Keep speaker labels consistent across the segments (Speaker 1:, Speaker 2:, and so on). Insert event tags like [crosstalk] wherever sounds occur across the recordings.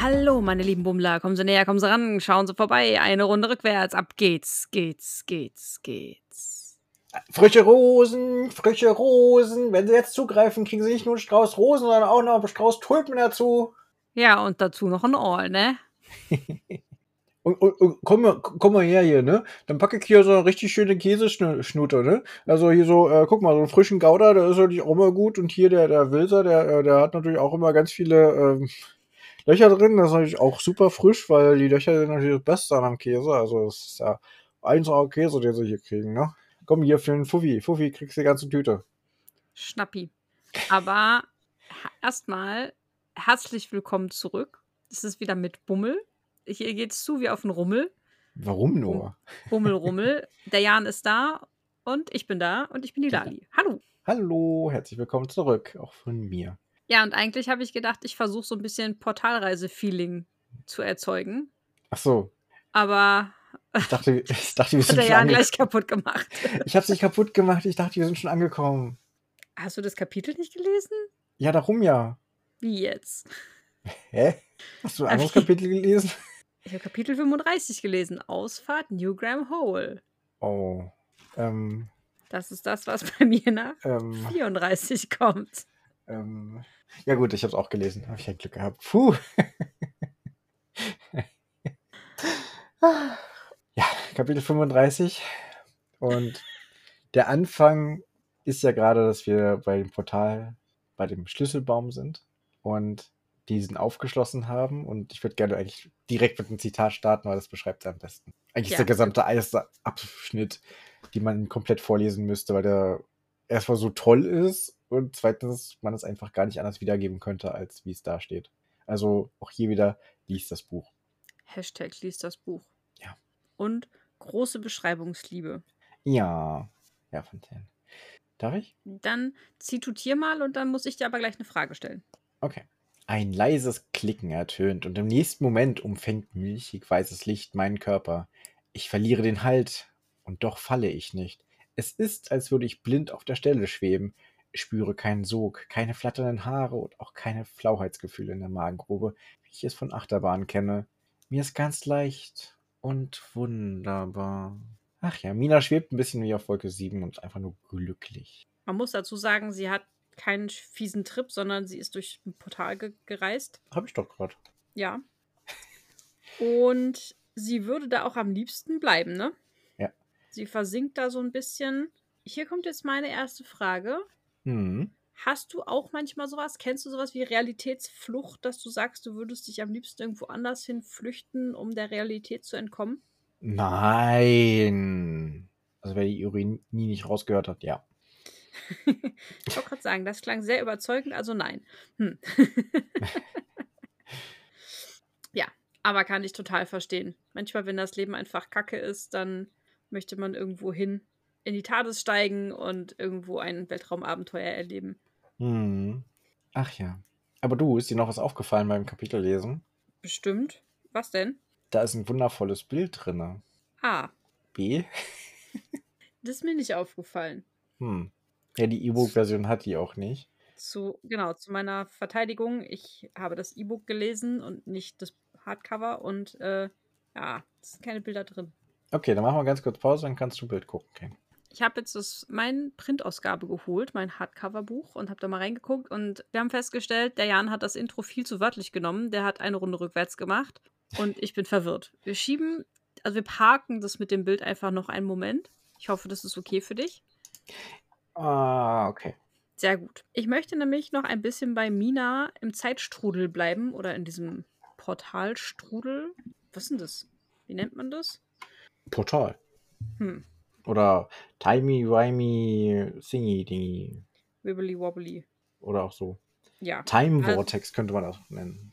Speaker 1: Hallo, meine lieben Bummler, kommen Sie näher, kommen Sie ran, schauen Sie vorbei, eine Runde rückwärts, ab geht's, geht's, geht's, geht's.
Speaker 2: Frische Rosen, frische Rosen. Wenn sie jetzt zugreifen, kriegen sie nicht nur einen Strauß Rosen, sondern auch noch einen Strauß Tulpen dazu.
Speaker 1: Ja, und dazu noch ein Ohr, ne?
Speaker 2: Und, und, und komm, mal- komm mal her hier, ne? Dann packe ich hier so eine richtig schöne Käseschnute, ne? Also hier so, äh, guck mal, so einen frischen Gouda, der ist natürlich auch immer gut. Und hier der, der Wilser, der, äh, der hat natürlich auch immer ganz viele ähm, Löcher drin. Das ist natürlich auch super frisch, weil die Löcher sind natürlich das Beste an einem Käse. Also das ist ja eins Käse, den sie hier kriegen, ne? Komm hier für den Fuffi. Fuffi kriegst die ganze Tüte.
Speaker 1: Schnappi. Aber ha- erstmal herzlich willkommen zurück. Es ist wieder mit Bummel. Hier geht's zu wie auf den Rummel.
Speaker 2: Warum nur?
Speaker 1: Rummel, Rummel. Der Jan ist da und ich bin da und ich bin die Lali. Hallo.
Speaker 2: Hallo, herzlich willkommen zurück, auch von mir.
Speaker 1: Ja, und eigentlich habe ich gedacht, ich versuche so ein bisschen Portalreise-Feeling zu erzeugen.
Speaker 2: Ach so,
Speaker 1: Aber
Speaker 2: ich dachte, ich dachte wir
Speaker 1: hat
Speaker 2: sind
Speaker 1: der
Speaker 2: schon
Speaker 1: Jan
Speaker 2: angekommen.
Speaker 1: gleich kaputt gemacht.
Speaker 2: Ich hab's nicht kaputt gemacht, ich dachte, wir sind schon angekommen.
Speaker 1: Hast du das Kapitel nicht gelesen?
Speaker 2: Ja, darum ja.
Speaker 1: Wie jetzt?
Speaker 2: Hä? Hast du ein anderes
Speaker 1: Okay.
Speaker 2: Kapitel gelesen?
Speaker 1: Ich habe Kapitel 35 gelesen. Ausfahrt Newgram Hole.
Speaker 2: Oh. Ähm,
Speaker 1: Das ist das, was [laughs] bei mir nach
Speaker 2: ähm,
Speaker 1: 34 kommt.
Speaker 2: ähm. Ja gut, ich hab's auch gelesen. Hab ich ja Glück gehabt. Puh. ja, Kapitel 35. Und der Anfang ist ja gerade, dass wir bei dem Portal, bei dem Schlüsselbaum sind und diesen aufgeschlossen haben. Und ich würde gerne eigentlich direkt mit einem Zitat starten, weil das beschreibt er am besten. Eigentlich
Speaker 1: Ja.
Speaker 2: ist der gesamte erste Abschnitt, die man komplett vorlesen müsste, weil der erstmal so toll ist und zweitens man es einfach gar nicht anders wiedergeben könnte, als wie es da steht. Also auch hier wieder, liest das Buch.
Speaker 1: Hashtag liest das Buch.
Speaker 2: Ja.
Speaker 1: Und große Beschreibungsliebe.
Speaker 2: Ja, ja, Fontaine. Darf ich?
Speaker 1: Dann zitutier mal und dann muss ich dir aber gleich eine Frage stellen.
Speaker 2: Okay. Ein leises Klicken ertönt und im nächsten Moment umfängt milchig weißes Licht meinen Körper. Ich verliere den Halt und doch falle ich nicht. Es ist, als würde ich blind auf der Stelle schweben. Ich spüre keinen Sog, keine flatternden Haare und auch keine Flauheitsgefühle in der Magengrube, wie ich es von Achterbahn kenne. Mir ist ganz leicht und wunderbar. Ach ja, Mina schwebt ein bisschen wie auf Wolke 7 und ist einfach nur glücklich.
Speaker 1: Man muss dazu sagen, sie hat keinen fiesen Trip, sondern sie ist durch ein Portal ge gereist.
Speaker 2: Hab ich doch gerade.
Speaker 1: Ja. Und sie würde da auch am liebsten bleiben, ne?
Speaker 2: Ja.
Speaker 1: Sie versinkt da so ein bisschen. Hier kommt jetzt meine erste Frage.
Speaker 2: Hm.
Speaker 1: Hast du auch manchmal sowas? Kennst du sowas wie Realitätsflucht, dass du sagst, du würdest dich am liebsten irgendwo anders hin flüchten, um der Realität zu entkommen?
Speaker 2: Nein. Also wer die Ironie nicht rausgehört hat, ja.
Speaker 1: Ich wollte gerade sagen, das klang sehr überzeugend, also nein. Hm. ja, aber kann ich total verstehen. Manchmal, wenn das Leben einfach kacke ist, dann möchte man irgendwo hin in die Tades steigen und irgendwo ein Weltraumabenteuer erleben.
Speaker 2: Hm. Ach ja. Aber du, ist dir noch was aufgefallen beim Kapitellesen?
Speaker 1: Bestimmt. Was denn?
Speaker 2: Da ist ein wundervolles Bild drinne.
Speaker 1: Ah,
Speaker 2: B?
Speaker 1: das ist mir nicht aufgefallen.
Speaker 2: Hm. Ja, die E-Book-Version hat die auch nicht.
Speaker 1: Zu, genau, zu meiner Verteidigung. Ich habe das E-Book gelesen und nicht das Hardcover und äh, ja, es sind keine Bilder drin.
Speaker 2: Okay, dann machen wir ganz kurz Pause, dann kannst du Bild gucken. Okay.
Speaker 1: Ich habe jetzt das, mein Printausgabe geholt, mein Hardcover-Buch und habe da mal reingeguckt und wir haben festgestellt, der Jan hat das Intro viel zu wörtlich genommen. Der hat eine Runde rückwärts gemacht und ich bin verwirrt. Wir schieben, also wir parken das mit dem Bild einfach noch einen Moment. Ich hoffe, das ist okay für dich.
Speaker 2: Ah, okay.
Speaker 1: Sehr gut. Ich möchte nämlich noch ein bisschen bei Mina im Zeitstrudel bleiben oder in diesem Portalstrudel. Was ist denn das? Wie nennt man das?
Speaker 2: Portal.
Speaker 1: Hm,
Speaker 2: Oder Timey-Wimey Thingy-Dingy.
Speaker 1: wibbly wobbly.
Speaker 2: Oder auch so.
Speaker 1: Ja.
Speaker 2: Time
Speaker 1: Also-
Speaker 2: Vortex könnte man das nennen.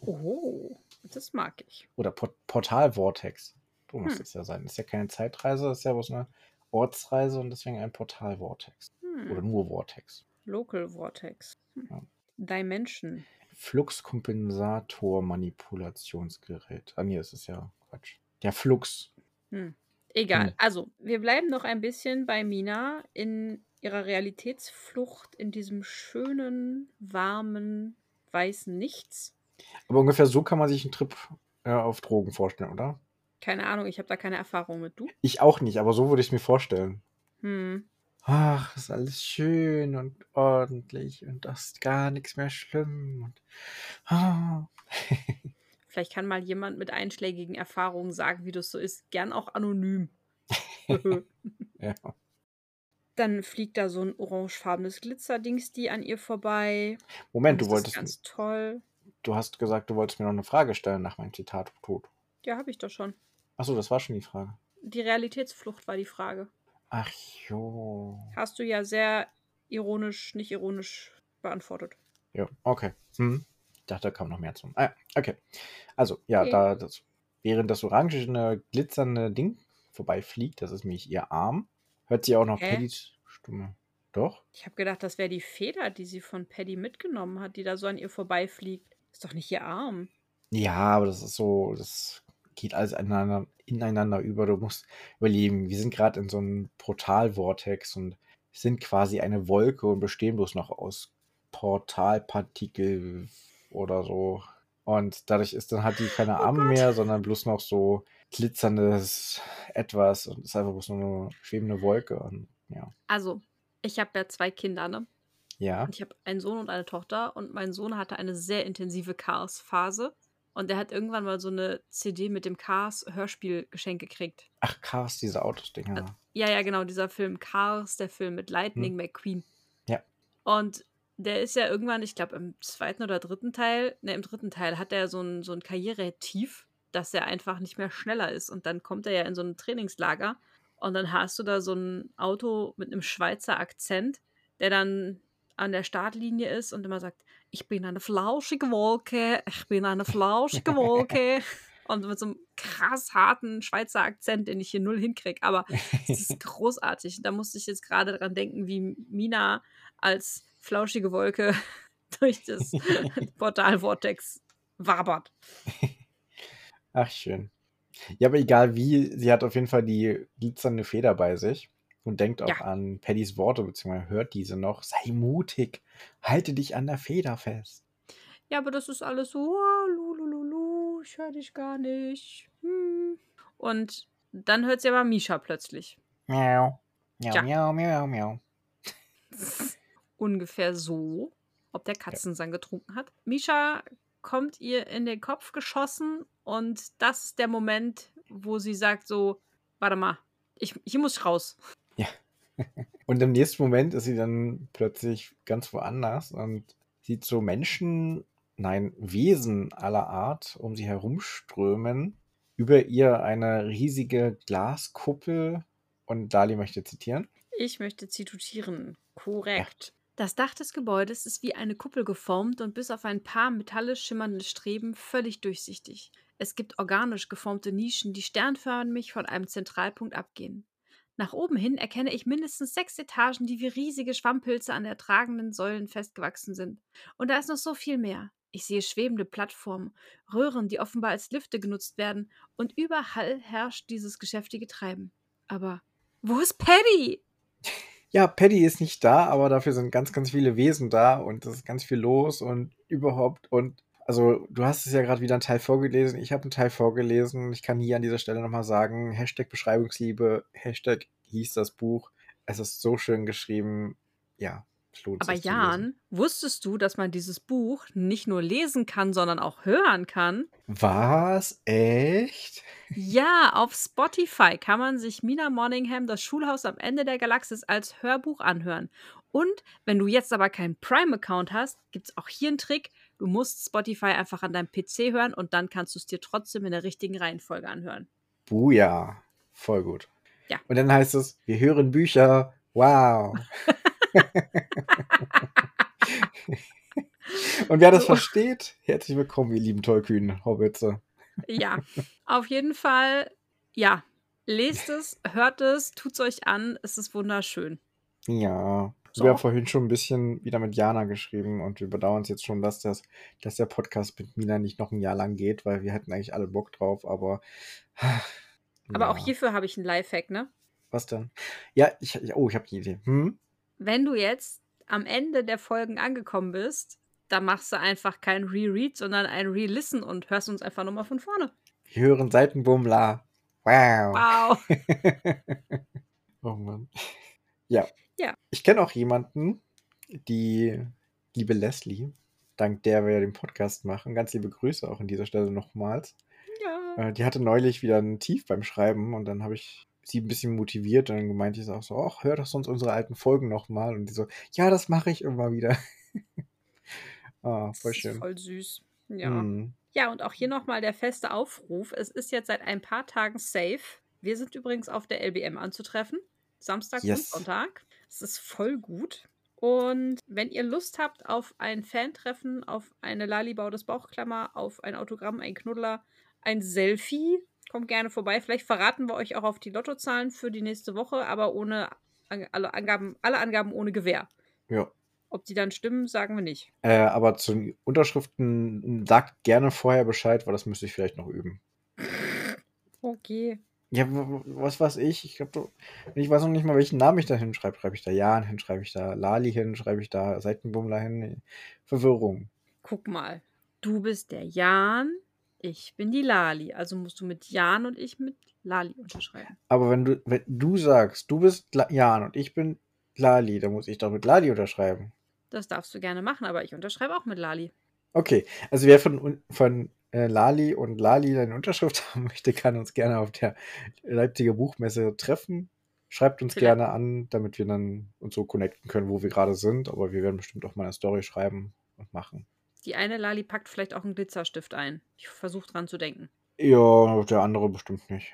Speaker 1: Oh, das mag ich.
Speaker 2: oder Port Portal Vortex. So muss
Speaker 1: Hm.
Speaker 2: das ja sein. Ist ja keine Zeitreise, ist ja bloß eine Ortsreise und deswegen ein Portal Vortex.
Speaker 1: Hm.
Speaker 2: Oder nur Vortex.
Speaker 1: Local Vortex. Hm.
Speaker 2: Ja.
Speaker 1: Dimension.
Speaker 2: Fluxkompensator-Manipulationsgerät. Ah, nee, das ist ja Quatsch. Der Flux.
Speaker 1: Hm. Egal.
Speaker 2: Hm.
Speaker 1: Also, wir bleiben noch ein bisschen bei Mina in ihrer Realitätsflucht in diesem schönen, warmen, weißen Nichts.
Speaker 2: Aber ungefähr so kann man sich einen Trip äh, auf Drogen vorstellen, oder?
Speaker 1: Keine Ahnung, ich habe da keine Erfahrung mit. Du?
Speaker 2: Ich auch nicht, aber so würde ich es mir vorstellen.
Speaker 1: Hm.
Speaker 2: Ach, ist alles schön und ordentlich und das ist gar nichts mehr schlimm. Und, ah.
Speaker 1: Vielleicht kann mal jemand mit einschlägigen Erfahrungen sagen, wie das so ist. Gern auch
Speaker 2: [laughs]
Speaker 1: anonym. [laughs]
Speaker 2: ja.
Speaker 1: Dann fliegt da so ein orangefarbenes Glitzerdings die an ihr vorbei.
Speaker 2: Moment, du
Speaker 1: Das ist
Speaker 2: wolltest,
Speaker 1: ganz toll.
Speaker 2: du hast gesagt, du wolltest mir noch eine Frage stellen nach meinem Zitat Tod.
Speaker 1: Ja, habe ich doch schon.
Speaker 2: Achso, das war schon die Frage.
Speaker 1: Die Realitätsflucht war die Frage.
Speaker 2: Ach jo.
Speaker 1: Hast du ja sehr ironisch, nicht ironisch beantwortet.
Speaker 2: Ja, okay. Hm. Ich dachte, da kam noch mehr zu. Ah, ja, okay. Also, ja,
Speaker 1: Okay.
Speaker 2: da das, während das orangene, glitzernde Ding vorbeifliegt, das ist nämlich ihr Arm, hört sie auch noch
Speaker 1: Hä?
Speaker 2: Paddys Stimme. Doch?
Speaker 1: Ich habe gedacht, das wäre die Feder, die sie von Paddy mitgenommen hat, die da so an ihr vorbeifliegt. Ist doch nicht ihr Arm.
Speaker 2: Ja, aber das ist so, das geht alles ineinander, ineinander über. Du musst überleben. Wir sind gerade in so einem Portalvortex und sind quasi eine Wolke und bestehen bloß noch aus Portalpartikel oder so. Und dadurch ist dann hat die keine
Speaker 1: Oh
Speaker 2: Arme
Speaker 1: Gott.
Speaker 2: mehr, sondern bloß noch so glitzerndes etwas und ist einfach bloß nur eine schwebende Wolke. Und ja.
Speaker 1: Also, ich habe ja zwei Kinder, ne?
Speaker 2: Ja.
Speaker 1: Und Ich habe einen Sohn und eine Tochter und mein Sohn hatte eine sehr intensive Chaos-Phase. Und der hat irgendwann mal so eine CD mit dem Cars-Hörspiel geschenkt gekriegt.
Speaker 2: Ach, Cars, diese Autosdinger.
Speaker 1: Ja, ja, genau, dieser Film Cars, der Film mit Lightning McQueen.
Speaker 2: Ja.
Speaker 1: Und der ist ja irgendwann, ich glaube, im zweiten oder dritten Teil, ne, im dritten Teil hat er so ein, so ein Karriere-Tief, dass er einfach nicht mehr schneller ist. Und dann kommt er ja in so ein Trainingslager und dann hast du da so ein Auto mit einem Schweizer Akzent, der dann an der Startlinie ist und immer sagt, ich bin eine flauschige Wolke, ich bin eine flauschige Wolke. Und mit so einem krass harten Schweizer Akzent, den ich hier null hinkriege. Aber das ist großartig. Da musste ich jetzt gerade dran denken, wie Mina als flauschige Wolke [laughs] durch das Portal-Vortex wabert.
Speaker 2: Ach, schön. Ja, aber egal wie, sie hat auf jeden Fall die glitzernde Feder bei sich und denkt auch
Speaker 1: Ja.
Speaker 2: an Paddys Worte, beziehungsweise hört diese noch. Sei mutig, halte dich an der Feder fest.
Speaker 1: Ja, aber das ist alles so, "Ah, lu, lu, lu, lu, ich höre dich gar nicht. Hm. Und dann hört sie aber Misha plötzlich.
Speaker 2: Miau. Miau,
Speaker 1: Tja.
Speaker 2: miau, miau, miau.
Speaker 1: Ungefähr so, ob der Katzensang getrunken hat. Misha kommt ihr in den Kopf geschossen und das ist der Moment, wo sie sagt so, warte mal, ich, ich muss raus.
Speaker 2: Und im nächsten Moment ist sie dann plötzlich ganz woanders und sieht so Menschen, nein, Wesen aller Art um sie herumströmen. Über ihr eine riesige Glaskuppel. Und Dali möchte zitieren.
Speaker 1: Ich möchte zitutieren. Korrekt. Das Dach des Gebäudes ist wie eine Kuppel geformt und bis auf ein paar metallisch schimmernde Streben völlig durchsichtig. Es gibt organisch geformte Nischen, die sternförmig von einem Zentralpunkt abgehen. Nach oben hin erkenne ich mindestens sechs Etagen, die wie riesige Schwammpilze an der tragenden Säulen festgewachsen sind. Und da ist noch so viel mehr. Ich sehe schwebende Plattformen, Röhren, die offenbar als Lifte genutzt werden, und überall herrscht dieses geschäftige Treiben. Aber wo ist Paddy?
Speaker 2: Ja, Paddy ist nicht da, aber dafür sind ganz, ganz viele Wesen da und es ist ganz viel los und überhaupt und also du hast es ja gerade wieder einen Teil vorgelesen, ich habe einen Teil vorgelesen. Ich kann hier an dieser Stelle nochmal sagen, Hashtag Beschreibungsliebe, Hashtag hieß das Buch. Es ist so schön geschrieben. Ja, es lohnt
Speaker 1: Aber
Speaker 2: sich zu lesen.
Speaker 1: Jan, wusstest du, dass man dieses Buch nicht nur lesen kann, sondern auch hören
Speaker 2: [laughs]
Speaker 1: kann?
Speaker 2: Was? Echt?
Speaker 1: Ja, auf Spotify kann man sich Mina Morningham, das Schulhaus am Ende der Galaxis, als Hörbuch anhören. Und wenn du jetzt aber keinen Prime-Account hast, gibt es auch hier einen Trick. Du musst Spotify einfach an deinem PC hören und dann kannst du es dir trotzdem in der richtigen Reihenfolge anhören.
Speaker 2: Buja. Voll gut.
Speaker 1: Ja.
Speaker 2: Und dann heißt es, wir hören Bücher.
Speaker 1: [laughs]
Speaker 2: Wow. Und wer das
Speaker 1: So.
Speaker 2: versteht, herzlich willkommen, ihr lieben tollkühnen Hobbitze. [laughs]
Speaker 1: Ja, auf jeden Fall, ja. Lest es, hört es, tut's euch an, es ist wunderschön.
Speaker 2: Ja.
Speaker 1: So.
Speaker 2: Wir haben vorhin schon ein bisschen wieder mit Jana geschrieben und wir bedauern es jetzt schon, dass, das, dass der Podcast mit Mina nicht noch ein Jahr lang geht, weil wir hatten eigentlich alle Bock drauf, aber. [sighs]
Speaker 1: Aber
Speaker 2: ja.
Speaker 1: auch hierfür habe ich einen Lifehack, ne?
Speaker 2: Was denn? Ja, ich, ich- oh, ich habe die Idee. Hm?
Speaker 1: wenn du jetzt am Ende der Folgen angekommen bist da machst du einfach kein Reread, sondern ein Re-Listen und hörst uns einfach nochmal von vorne.
Speaker 2: Wir hören Seitenbummler. Wow.
Speaker 1: Wow.
Speaker 2: Oh Mann. Ja.
Speaker 1: Ja.
Speaker 2: Ich kenne auch jemanden, die liebe Leslie, dank der wir den Podcast machen. Ganz liebe Grüße auch an dieser Stelle nochmals.
Speaker 1: [laughs] ja.
Speaker 2: Äh, die hatte neulich wieder ein Tief beim Schreiben und dann habe ich sie ein bisschen motiviert und dann gemeint, die ist auch so, ach, hör doch sonst unsere alten Folgen nochmal. Und die so, ja, das mache ich immer wieder. [laughs] ah, voll
Speaker 1: Das ist
Speaker 2: schön.
Speaker 1: voll süß. Ja.
Speaker 2: Mhm.
Speaker 1: Ja, und auch hier nochmal der feste Aufruf. Es ist jetzt seit ein paar Tagen safe. Wir sind übrigens auf der LBM anzutreffen. Samstag
Speaker 2: Yes.
Speaker 1: und Sonntag. Es ist voll gut. Und wenn ihr Lust habt auf ein Fantreffen, auf eine Lalibau des Bauchklammer, auf ein Autogramm, ein Knuddler, ein Selfie, kommt gerne vorbei. Vielleicht verraten wir euch auch auf die Lottozahlen für die nächste Woche, aber ohne an- alle Angaben, alle Angaben ohne Gewähr.
Speaker 2: Ja.
Speaker 1: Ob die dann stimmen, sagen wir nicht.
Speaker 2: Äh, aber zu den Unterschriften sagt gerne vorher Bescheid, weil das müsste ich vielleicht noch üben.
Speaker 1: Okay.
Speaker 2: Ja, w- w- was weiß ich? Ich glaube, ich weiß noch nicht mal, welchen Namen ich da hinschreibe. Schreibe ich da Jan hin, schreibe ich da Lali hin, schreibe ich da Seitenbummler hin? Verwirrung.
Speaker 1: guck mal, du bist der Jan, ich bin die Lali. Also musst du mit Jan und ich mit Lali unterschreiben.
Speaker 2: Aber wenn du, wenn du sagst, du bist La Jan und ich bin Lali, dann muss ich doch mit Lali unterschreiben.
Speaker 1: Das darfst du gerne machen, aber ich unterschreibe auch mit Lali.
Speaker 2: Okay, also wer von, un- von äh, Lali und Lali eine Unterschrift [laughs] haben möchte, kann uns gerne auf der Leipziger Buchmesse treffen. Schreibt uns
Speaker 1: Vielleicht-
Speaker 2: gerne an, damit wir dann uns so connecten können, wo wir gerade sind. Aber wir werden bestimmt auch mal eine Story schreiben und machen.
Speaker 1: Die eine Lali packt vielleicht auch einen Glitzerstift ein. Ich versuche dran zu denken.
Speaker 2: Ja, der andere bestimmt nicht.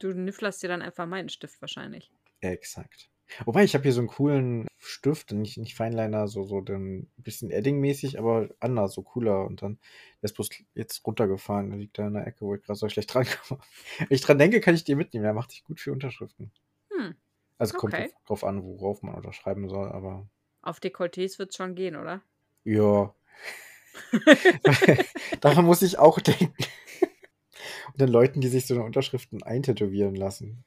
Speaker 1: Du nifflerst dir dann einfach meinen Stift wahrscheinlich.
Speaker 2: Exakt. Wobei, ich habe hier so einen coolen Stift, nicht, nicht Feinliner, so, so den bisschen Edding-mäßig, aber anders, so cooler. Und dann, der ist bloß jetzt runtergefahren, der liegt da in der Ecke, wo ich gerade so schlecht [laughs] dran komme. Wenn ich dran denke, kann ich den mitnehmen, der macht sich gut für Unterschriften.
Speaker 1: Hm.
Speaker 2: Also kommt
Speaker 1: Okay.
Speaker 2: drauf- drauf an, worauf man unterschreiben soll, aber
Speaker 1: Auf Dekolletés wird es schon gehen, oder?
Speaker 2: ja. [laughs] Daran muss ich auch denken. Und dann Leuten, die sich so eine Unterschriften eintätowieren lassen.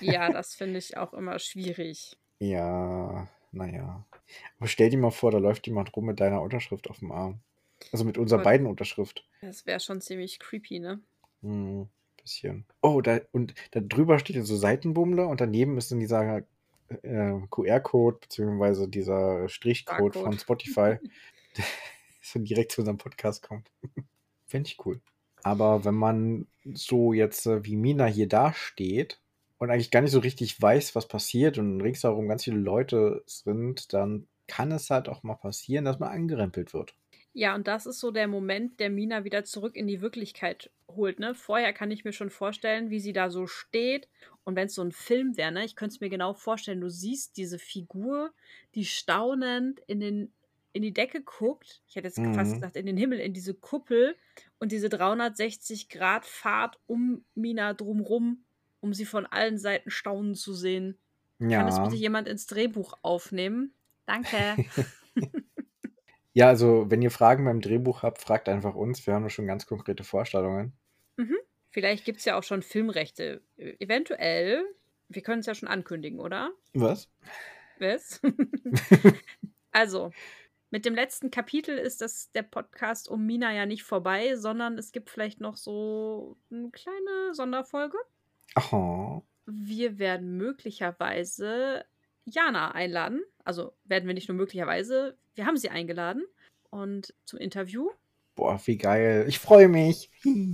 Speaker 1: ja, das finde ich auch immer schwierig.
Speaker 2: Ja, naja. Aber stell dir mal vor, da läuft jemand rum mit deiner Unterschrift auf dem Arm. Also mit unserer
Speaker 1: Gott.
Speaker 2: beiden Unterschrift.
Speaker 1: Das wäre schon ziemlich creepy, ne?
Speaker 2: Hm, bisschen. Oh, da, und da drüber steht dann so Seitenbummler und daneben ist dann dieser äh, QR-Code beziehungsweise dieser Strichcode von
Speaker 1: Barcode. [laughs]
Speaker 2: Spotify, [laughs] der so direkt zu unserem Podcast kommt. [laughs] Fände ich cool. Aber wenn man so jetzt äh, wie Mina hier dasteht und eigentlich gar nicht so richtig weiß, was passiert und ringsherum ganz viele Leute sind, dann kann es halt auch mal passieren, dass man angerempelt wird.
Speaker 1: Ja, und das ist so der Moment, der Mina wieder zurück in die Wirklichkeit holt. Ne? Vorher kann ich mir schon vorstellen, wie sie da so steht. Und wenn es so ein Film wäre, ne, ich könnte es mir genau vorstellen, du siehst diese Figur, die staunend in, den, in die Decke guckt. Ich hätte jetzt
Speaker 2: Mhm.
Speaker 1: fast gesagt, in den Himmel, in diese Kuppel und diese 360-Grad-Fahrt um Mina drumrum, um sie von allen Seiten staunen zu sehen. Kann das bitte jemand ins Drehbuch aufnehmen? Danke.
Speaker 2: Ja, also wenn ihr Fragen beim Drehbuch habt, fragt einfach uns. Wir haben da schon ganz konkrete Vorstellungen.
Speaker 1: Vielleicht gibt es ja auch schon Filmrechte. Äh, Eventuell, wir können es ja schon ankündigen, oder?
Speaker 2: Was?
Speaker 1: Was? [laughs] also, mit dem letzten Kapitel ist das der Podcast um Mina ja nicht vorbei, sondern es gibt vielleicht noch so eine kleine Sonderfolge.
Speaker 2: Oh,
Speaker 1: Wir werden möglicherweise Jana einladen. Also werden wir nicht nur möglicherweise, wir haben sie eingeladen. Und zum Interview.
Speaker 2: boah, wie geil. Ich freue mich.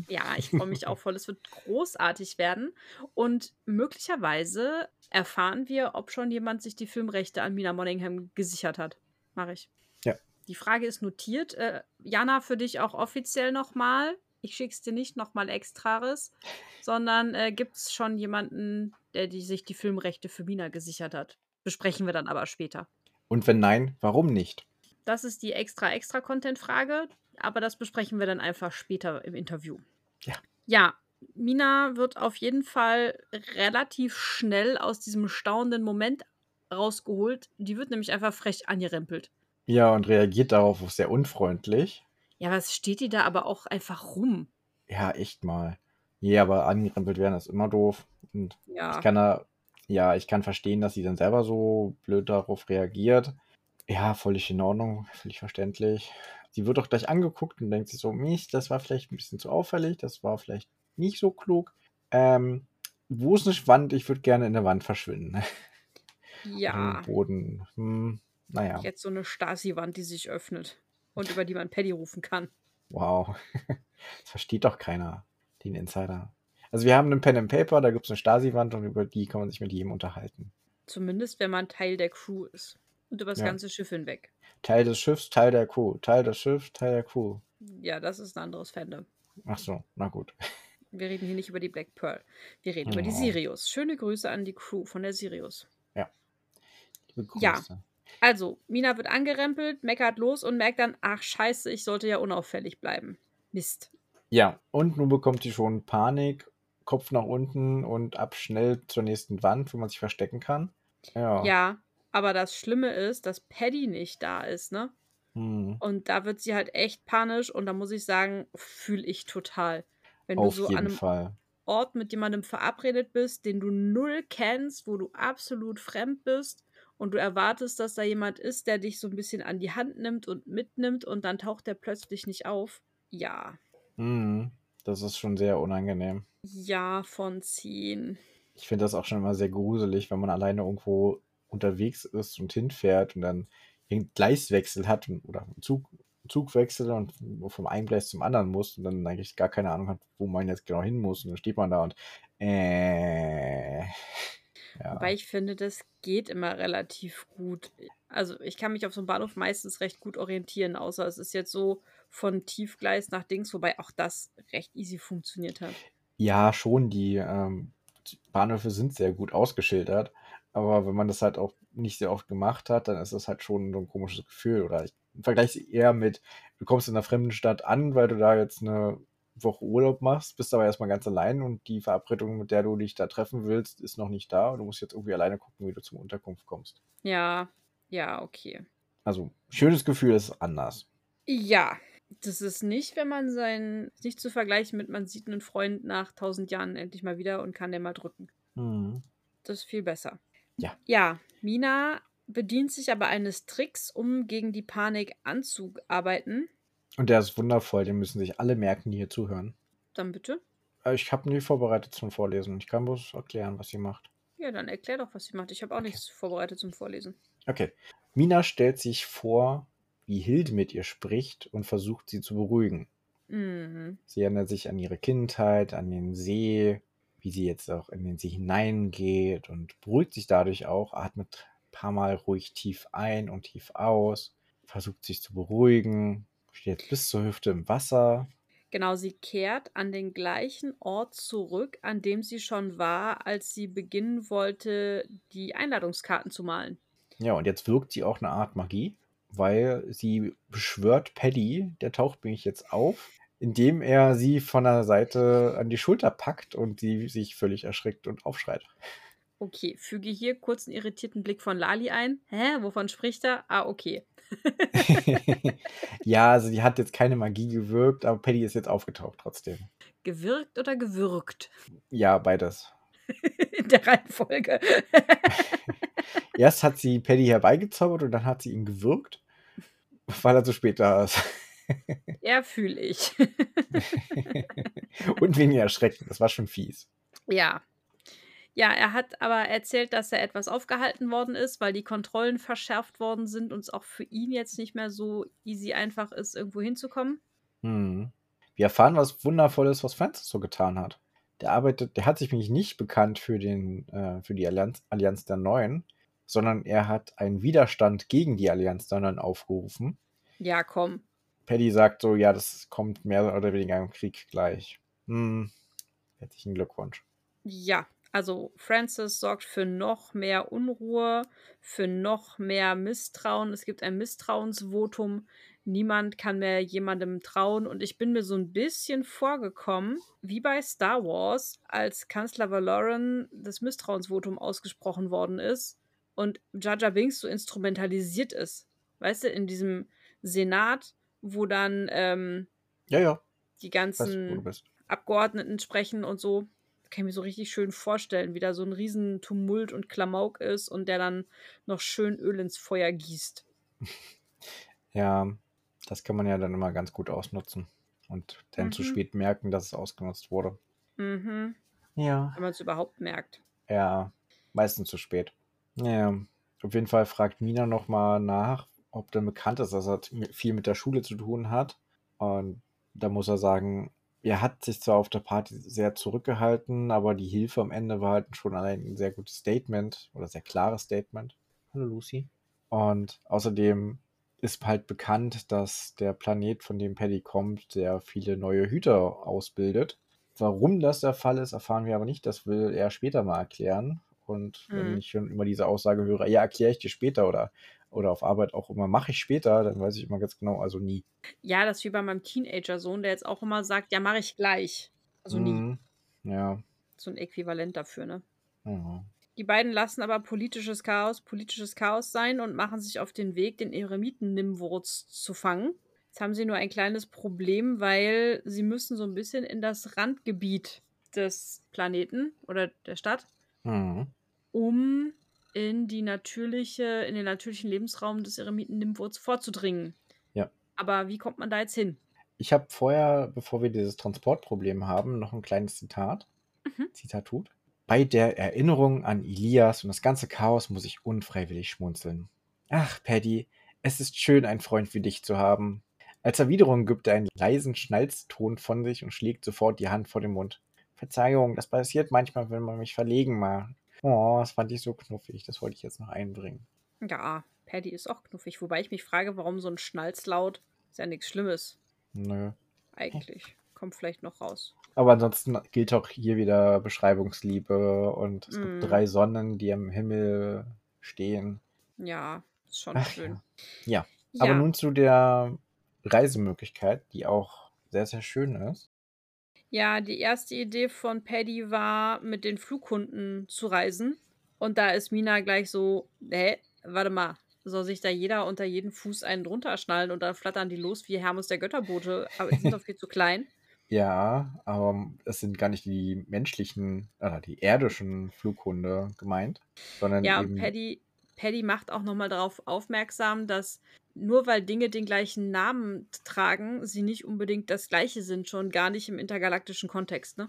Speaker 1: Ja, ich freue mich auch voll. Es wird großartig werden. Und möglicherweise erfahren wir, ob schon jemand sich die Filmrechte an Mina Monningham gesichert hat. Mache ich.
Speaker 2: Ja.
Speaker 1: Die Frage ist notiert. Äh, Jana, für dich auch offiziell nochmal. Ich schick's dir nicht nochmal extrares, sondern äh, gibt es schon jemanden, der die, sich die Filmrechte für Mina gesichert hat? Besprechen wir dann aber später.
Speaker 2: Und wenn nein, warum nicht?
Speaker 1: Das ist die extra extra Content Frage, aber das besprechen wir dann einfach später im Interview.
Speaker 2: Ja.
Speaker 1: Ja, Mina wird auf jeden Fall relativ schnell aus diesem staunenden Moment rausgeholt. Die wird nämlich einfach frech angerempelt.
Speaker 2: Ja, und reagiert darauf sehr unfreundlich.
Speaker 1: Ja, was steht die da aber auch einfach rum?
Speaker 2: Ja, echt mal. Ja, aber angerempelt werden ist immer doof. Und
Speaker 1: Ja.
Speaker 2: ich kann da, ja, ich kann verstehen, dass sie dann selber so blöd darauf reagiert. Ja, völlig in Ordnung, völlig verständlich. Sie wird auch gleich angeguckt und denkt sich so, Mist, das war vielleicht ein bisschen zu auffällig, das war vielleicht nicht so klug. Ähm, wo ist eine Wand? Ich würde gerne in der Wand verschwinden. [laughs] Am
Speaker 1: Ja,
Speaker 2: Boden. Hm, naja,
Speaker 1: jetzt so eine Stasi-Wand, die sich öffnet und über die man Paddy rufen kann.
Speaker 2: wow. [laughs] Das versteht doch keiner, den Insider. Also wir haben einen Pen and Paper, da gibt es eine Stasi-Wand und über die kann man sich mit jedem unterhalten.
Speaker 1: Zumindest, wenn man Teil der Crew ist. Und über das
Speaker 2: Ja.
Speaker 1: ganze Schiff hinweg.
Speaker 2: Teil des Schiffs, Teil der Crew. Teil des Schiffs, Teil der Crew.
Speaker 1: Ja, das ist ein anderes Fandom.
Speaker 2: Ach so, na gut.
Speaker 1: Wir reden hier nicht über die Black Pearl. Wir reden über die
Speaker 2: Oh.
Speaker 1: Sirius. Schöne Grüße an die Crew von der Sirius.
Speaker 2: Liebe
Speaker 1: Ja.
Speaker 2: Grüße.
Speaker 1: Also, Mina wird angerempelt, meckert los und merkt dann, ach scheiße, ich sollte ja unauffällig bleiben. Mist.
Speaker 2: Ja, und nun bekommt sie schon Panik, Kopf nach unten und ab schnell zur nächsten Wand, wo man sich verstecken kann. Ja.
Speaker 1: Ja, aber das Schlimme ist, dass Paddy nicht da ist, ne?
Speaker 2: Hm.
Speaker 1: Und da wird sie halt echt panisch und da muss ich sagen, fühle ich total. Wenn
Speaker 2: Auf
Speaker 1: du so an
Speaker 2: jeden
Speaker 1: einem
Speaker 2: Fall.
Speaker 1: Ort mit jemandem verabredet bist, den du null kennst, wo du absolut fremd bist und du erwartest, dass da jemand ist, der dich so ein bisschen an die Hand nimmt und mitnimmt und dann taucht der plötzlich nicht auf. Ja,
Speaker 2: Mhm. Das ist schon sehr unangenehm.
Speaker 1: ja von 10.
Speaker 2: Ich finde das auch schon immer sehr gruselig, wenn man alleine irgendwo unterwegs ist und hinfährt und dann irgendeinen Gleiswechsel hat und, oder einen Zug, Zugwechsel und vom einen Gleis zum anderen muss und dann eigentlich gar keine Ahnung hat, wo man jetzt genau hin muss. Und dann steht man da und äh. [laughs]
Speaker 1: Wobei
Speaker 2: Ja.
Speaker 1: ich finde, das geht immer relativ gut. Also ich kann mich auf so einem Bahnhof meistens recht gut orientieren, außer es ist jetzt so von Tiefgleis nach Dings, wobei auch das recht easy funktioniert hat.
Speaker 2: ja, schon, die ähm, Bahnhöfe sind sehr gut ausgeschildert, aber wenn man das halt auch nicht sehr oft gemacht hat, dann ist das halt schon so ein komisches Gefühl. Oder ich vergleiche es eher mit, du kommst in einer fremden Stadt an, weil du da jetzt eine Woche Urlaub machst, bist aber erstmal ganz allein und die Verabredung, mit der du dich da treffen willst, ist noch nicht da und du musst jetzt irgendwie alleine gucken, wie du zum Unterkunft kommst.
Speaker 1: Ja, ja, okay.
Speaker 2: Also, schönes Gefühl ist anders.
Speaker 1: Ja, das ist nicht, wenn man sein, ist nicht zu vergleichen mit, man sieht einen Freund nach tausend Jahren endlich mal wieder und kann den mal drücken.
Speaker 2: Mhm.
Speaker 1: Das ist viel besser.
Speaker 2: Ja.
Speaker 1: Ja, Mina bedient sich aber eines Tricks, um gegen die Panik anzuarbeiten.
Speaker 2: Und der ist wundervoll, den müssen sich alle merken, die hier zuhören.
Speaker 1: Dann bitte.
Speaker 2: Äh, Ich habe nie vorbereitet zum Vorlesen. Ich kann bloß erklären, was sie macht.
Speaker 1: Ja, dann erklär doch, was sie macht. Ich habe auch
Speaker 2: Okay.
Speaker 1: nichts vorbereitet zum Vorlesen.
Speaker 2: Okay. Mina stellt sich vor, wie Hilde mit ihr spricht und versucht, sie zu beruhigen.
Speaker 1: Mhm.
Speaker 2: Sie erinnert sich an ihre Kindheit, an den See, wie sie jetzt auch in den See hineingeht und beruhigt sich dadurch auch, atmet ein paar Mal ruhig tief ein und tief aus, versucht sich zu beruhigen, steht jetzt bis zur Hüfte im Wasser.
Speaker 1: Genau, sie kehrt an den gleichen Ort zurück, an dem sie schon war, als sie beginnen wollte, die Einladungskarten zu malen.
Speaker 2: Ja, und jetzt wirkt sie auch eine Art Magie, weil sie beschwört Paddy, der taucht mich jetzt auf, indem er sie von der Seite an die Schulter packt und sie sich völlig erschrickt und aufschreit. [laughs]
Speaker 1: Okay, füge hier kurz einen irritierten Blick von Lali ein. Hä, wovon spricht er? Ah, okay.
Speaker 2: ja, also die hat jetzt keine Magie gewirkt, aber Paddy ist jetzt aufgetaucht trotzdem.
Speaker 1: Gewirkt oder gewürgt? [laughs]
Speaker 2: Ja, beides.
Speaker 1: In der Reihenfolge.
Speaker 2: Erst hat sie Paddy herbeigezaubert und dann hat sie ihn gewirkt, weil er zu spät da ist. [laughs]
Speaker 1: ja, fühle ich. [laughs]
Speaker 2: und weniger erschreckt, das war schon fies.
Speaker 1: ja. Ja, er hat aber erzählt, dass er etwas aufgehalten worden ist, weil die Kontrollen verschärft worden sind und es auch für ihn jetzt nicht mehr so easy einfach ist, irgendwo hinzukommen.
Speaker 2: Hm. Wir erfahren was Wundervolles, was Francis so getan hat. Der arbeitet, der hat sich nämlich nicht bekannt für, den, äh, für die Allianz, Allianz der Neuen, sondern er hat einen Widerstand gegen die Allianz der Neuen aufgerufen.
Speaker 1: Ja, komm.
Speaker 2: Paddy sagt so, ja, das kommt mehr oder weniger im Krieg gleich. Hm. Herzlichen Glückwunsch.
Speaker 1: Ja, also Francis sorgt für noch mehr Unruhe, für noch mehr Misstrauen. Es gibt ein Misstrauensvotum. Niemand kann mehr jemandem trauen. Und ich bin mir so ein bisschen vorgekommen, wie bei Star Wars, als Kanzler Valoran das Misstrauensvotum ausgesprochen worden ist und Jar Jar Binks so instrumentalisiert ist. Weißt du, in diesem Senat, wo dann ähm,
Speaker 2: Ja, ja,
Speaker 1: die
Speaker 2: ich weiß, wo du
Speaker 1: ganzen
Speaker 2: bist.
Speaker 1: Abgeordneten sprechen und so. Kann ich mir so richtig schön vorstellen, wie da so ein riesen Tumult und Klamauk ist und der dann noch schön Öl ins Feuer gießt.
Speaker 2: Ja, das kann man ja dann immer ganz gut ausnutzen und dann zu
Speaker 1: Mhm.
Speaker 2: spät merken, dass es ausgenutzt wurde.
Speaker 1: Mhm.
Speaker 2: Ja.
Speaker 1: Wenn man es überhaupt merkt.
Speaker 2: Ja, meistens zu spät. Naja, auf jeden Fall fragt Mina nochmal nach, ob denn bekannt ist, dass er mi- viel mit der Schule zu tun hat. Und da muss er sagen, er hat sich zwar auf der Party sehr zurückgehalten, aber die Hilfe am Ende war halt schon allein ein sehr gutes Statement oder sehr klares Statement. Hallo Lucy. Und außerdem ist halt bekannt, dass der Planet, von dem Paddy kommt, sehr viele neue Hüter ausbildet. Warum das der Fall ist, erfahren wir aber nicht. Das will er später mal erklären. Und wenn
Speaker 1: Mhm.
Speaker 2: ich schon immer diese Aussage höre, ja, erkläre ich dir später oder, oder auf Arbeit auch immer, mache ich später, dann weiß ich immer ganz genau, also nie.
Speaker 1: Ja, das ist wie bei meinem Teenager-Sohn, der jetzt auch immer sagt, ja, mache ich gleich. Also nie.
Speaker 2: Mhm. Ja.
Speaker 1: So ein Äquivalent dafür, ne?
Speaker 2: ja.
Speaker 1: Die beiden lassen aber politisches Chaos politisches Chaos sein und machen sich auf den Weg, den Eremiten-Nimmwurz zu fangen. Jetzt haben sie nur ein kleines Problem, weil sie müssen so ein bisschen in das Randgebiet des Planeten oder der Stadt,
Speaker 2: Mhm.
Speaker 1: um in die natürliche, in den natürlichen Lebensraum des Eremiten-Nimmwurz vorzudringen.
Speaker 2: Ja.
Speaker 1: Aber wie kommt man da jetzt hin?
Speaker 2: Ich habe vorher, bevor wir dieses Transportproblem haben, noch ein kleines Zitat.
Speaker 1: Mhm.
Speaker 2: Zitat tut. Bei der Erinnerung an Elias und das ganze Chaos muss ich unfreiwillig schmunzeln. Ach, Paddy, es ist schön, einen Freund wie dich zu haben. Als Erwiderung gibt er einen leisen Schnalzton von sich und schlägt sofort die Hand vor den Mund. Verzeihung, das passiert manchmal, wenn man mich verlegen macht. Oh, das fand ich so knuffig, das wollte ich jetzt noch einbringen.
Speaker 1: Ja, Paddy ist auch knuffig, wobei ich mich frage, warum so ein Schnalzlaut ist ja nichts Schlimmes
Speaker 2: Nö.
Speaker 1: eigentlich. Kommt vielleicht noch raus.
Speaker 2: Aber ansonsten gilt auch hier wieder Beschreibungsliebe und es
Speaker 1: Mm.
Speaker 2: gibt drei Sonnen, die am Himmel stehen.
Speaker 1: Ja, ist schon
Speaker 2: Ach
Speaker 1: schön.
Speaker 2: Ja.
Speaker 1: Ja.
Speaker 2: Aber nun zu der Reisemöglichkeit, die auch sehr, sehr schön ist.
Speaker 1: ja, die erste Idee von Paddy war, mit den Flughunden zu reisen. Und da ist Mina gleich so, hä, warte mal, soll sich da jeder unter jeden Fuß einen drunter schnallen und dann flattern die los wie Hermes der Götterbote, aber die sind doch viel zu
Speaker 2: [laughs]
Speaker 1: klein.
Speaker 2: Ja, aber es sind gar nicht die menschlichen oder die irdischen Flughunde gemeint, sondern
Speaker 1: Ja, und
Speaker 2: eben.
Speaker 1: Paddy, Paddy macht auch nochmal darauf aufmerksam, dass nur weil Dinge den gleichen Namen tragen, sie nicht unbedingt das gleiche sind, schon gar nicht im intergalaktischen Kontext, ne?